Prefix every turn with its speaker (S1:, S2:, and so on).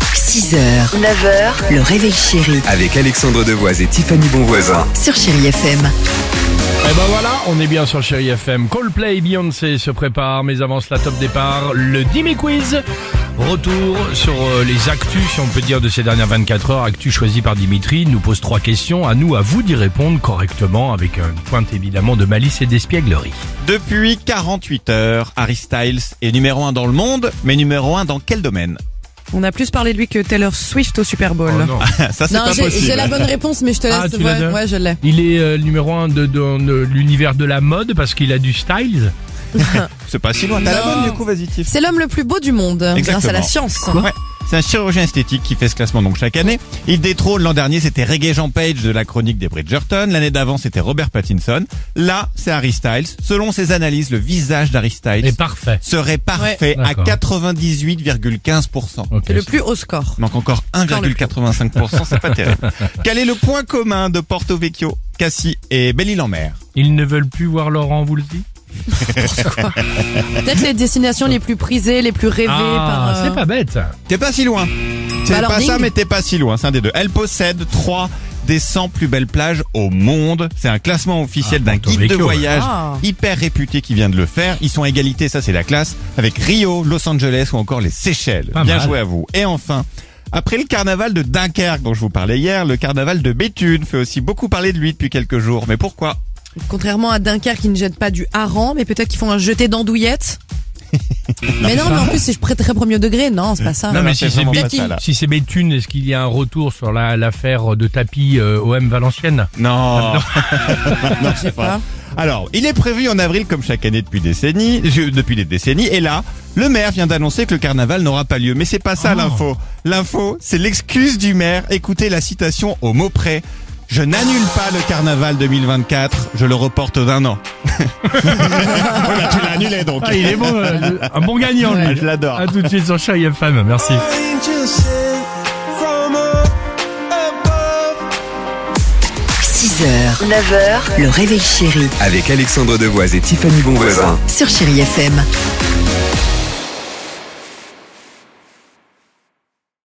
S1: 6h, 9h, le réveil chéri
S2: Avec Alexandre Devoise et Tiffany Bonvoisin.
S1: sur Chéri FM.
S3: Et ben voilà, on est bien sur Chéri FM. Coldplay et Beyoncé se prépare, mais avant cela, top départ, le Dimi Quiz. Retour sur euh, les actus, si on peut dire, de ces dernières 24 heures. Actus choisies par Dimitri, il nous pose trois questions. À nous, à vous d'y répondre correctement, avec une pointe évidemment de malice et d'espièglerie.
S4: Depuis 48 heures, Harry Styles est numéro 1 dans le monde, mais numéro 1 dans quel domaine
S5: On a plus parlé de lui que Taylor Swift au Super Bowl.
S3: Oh
S4: Ça c'est
S6: Oh Non,
S4: pas
S6: j'ai- j'ai
S4: possible.
S6: la bonne réponse, mais je te laisse.
S3: Ah, tu l'as
S6: ouais,
S3: déjà
S6: ouais, je l'ai.
S3: Il est euh, numéro un de, dans, euh, l'univers de la mode parce qu'il a du style.
S4: C'est pas si loin. T'as la
S6: Non.
S4: bonne du coup, vas-y Tiff.
S6: C'est l'homme le plus beau du monde, grâce à
S4: Exactement.
S6: la science.
S4: Ouais. C'est un chirurgien esthétique qui fait ce classement donc chaque année. Il détrône l'an dernier c'était Reggae Jean Page de la chronique des Bridgerton, l'année d'avant c'était Robert Pattinson. Là c'est Harry Styles. Selon ses analyses, le visage d'Harry Styles
S3: Et parfait.
S4: serait parfait à
S3: D'accord.
S4: 98,15%.
S3: Ok,
S6: C'est le plus haut score.
S4: Il manque encore 1,85%, c'est pas terrible. Quel est le point commun de Porto Vecchio, Cassis et Belle-Île-en-Mer
S3: Ils ne veulent plus voir Laurent Voulzy.
S6: Peut-être les destinations les plus prisées, les plus rêvées par.
S3: Mmh. Ah,
S6: euh,
S3: c'est pas bête. ça.
S4: T'es pas si loin. C'est
S6: alors,
S4: pas ça,
S6: ding.
S4: mais t'es pas si loin. C'est un des deux. Elle possède trois des 100 plus belles plages au monde. C'est un classement officiel
S3: Ah,
S4: d'un
S3: Porto
S4: guide de
S3: Vecchio, ouais.
S4: voyage
S6: Ah.
S4: hyper réputé qui vient de le faire. Ils sont à égalité, ça c'est la classe, avec Rio, Los Angeles ou encore les Seychelles.
S3: Pas
S4: Bien
S3: mal.
S4: joué à vous. Et enfin, après le carnaval de Dunkerque dont je vous parlais hier, le carnaval de Béthune fait aussi beaucoup parler de lui depuis quelques jours. Mais pourquoi
S6: Contrairement à Dunkerque, qui ne jettent pas du hareng, mais peut-être qu'ils font un jeté d'andouillette. mais non, mais en plus, si je prête très premier degré, non, c'est pas ça.
S4: Non,
S3: Non, mais
S4: non,
S3: si
S4: c'est
S3: c'est
S4: vraiment pas
S3: Béthune,
S4: ça, là.
S3: si c'est Béthune, est-ce qu'il y a un retour sur la- l'affaire de tapis euh, OM Valenciennes Ah
S4: Non.
S6: Non, je sais
S4: Hein
S6: pas.
S4: Alors, il est prévu en avril comme chaque année depuis, décennies, je- depuis des décennies. Et là, le maire vient d'annoncer que le carnaval n'aura pas lieu. Mais c'est pas ça
S3: Oh.
S4: l'info. L'info, c'est l'excuse du maire. Écoutez la citation au mot près. Je n'annule pas le carnaval 2024, je le reporte d'un an. Voilà, tu l'as annulé donc.
S3: Ah, il est bon, euh, un bon gagnant,
S4: Ah,
S3: lui.
S4: je l'adore.
S3: À tout de suite sur Chérie FM, merci.
S7: angel sent from up above.
S1: 6h, 9h, le réveil chéri
S2: Avec Alexandre Devoise et Tiffany Bonvoisin.
S1: sur Chéri FM.